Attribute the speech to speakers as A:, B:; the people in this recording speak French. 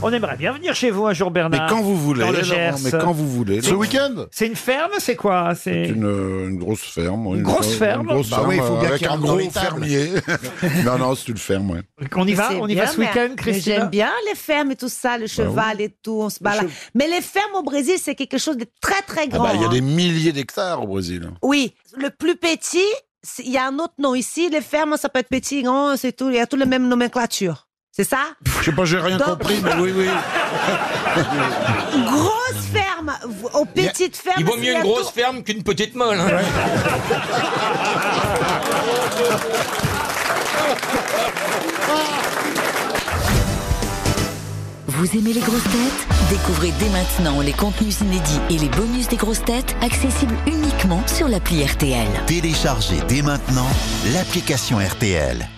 A: On aimerait bien venir chez vous un jour,
B: Mais
A: Bernard.
B: quand vous voulez,
A: Dans le
B: Laurent,
A: Gers.
B: mais quand vous voulez.
A: C'est-
B: Ce week-end
A: C'est une ferme, c'est quoi C'est
B: une, euh, une grosse ferme. oui,
A: Une grosse ferme
B: Une grosse
C: Bah
B: ferme
C: oui, il faut
B: euh,
C: bien
B: avec
C: qu'il y ait
B: un
C: un dans
B: gros
C: les tables.
B: fermier. non, non, c'est une ferme, ouais.
A: On y va
D: Mais c'est
A: On y
D: bien,
A: va ce
D: mais-
A: week-end,
D: mais
A: Christina
D: J'aime bien les fermes et tout ça, le cheval et tout, on se balade. Mais les fermes au Brésil, c'est quelque chose de très très
B: Ah
D: grand.
B: bah, il y a
D: hein.
B: des milliers d'hectares au Brésil.
D: Oui, le plus petit, c'est- il y a un autre nom ici. Les fermes, ça peut être petit, grand, c'est tout. Il y a toutes les mêmes nomenclatures. C'est ça
B: Je sais pas, j'ai rien
D: Donc-
B: compris, mais oui, oui.
D: Grosse ferme v- aux
C: Il y a-
D: petites fermes.
E: Il vaut
D: c'est
E: mieux
D: la
E: une grosse
D: tour-
E: ferme qu'une petite molle. hein.
F: Vous aimez les grosses têtes Découvrez dès maintenant les contenus inédits et les bonus des grosses têtes accessibles uniquement sur l'appli RTL.
G: Téléchargez dès maintenant l'application RTL.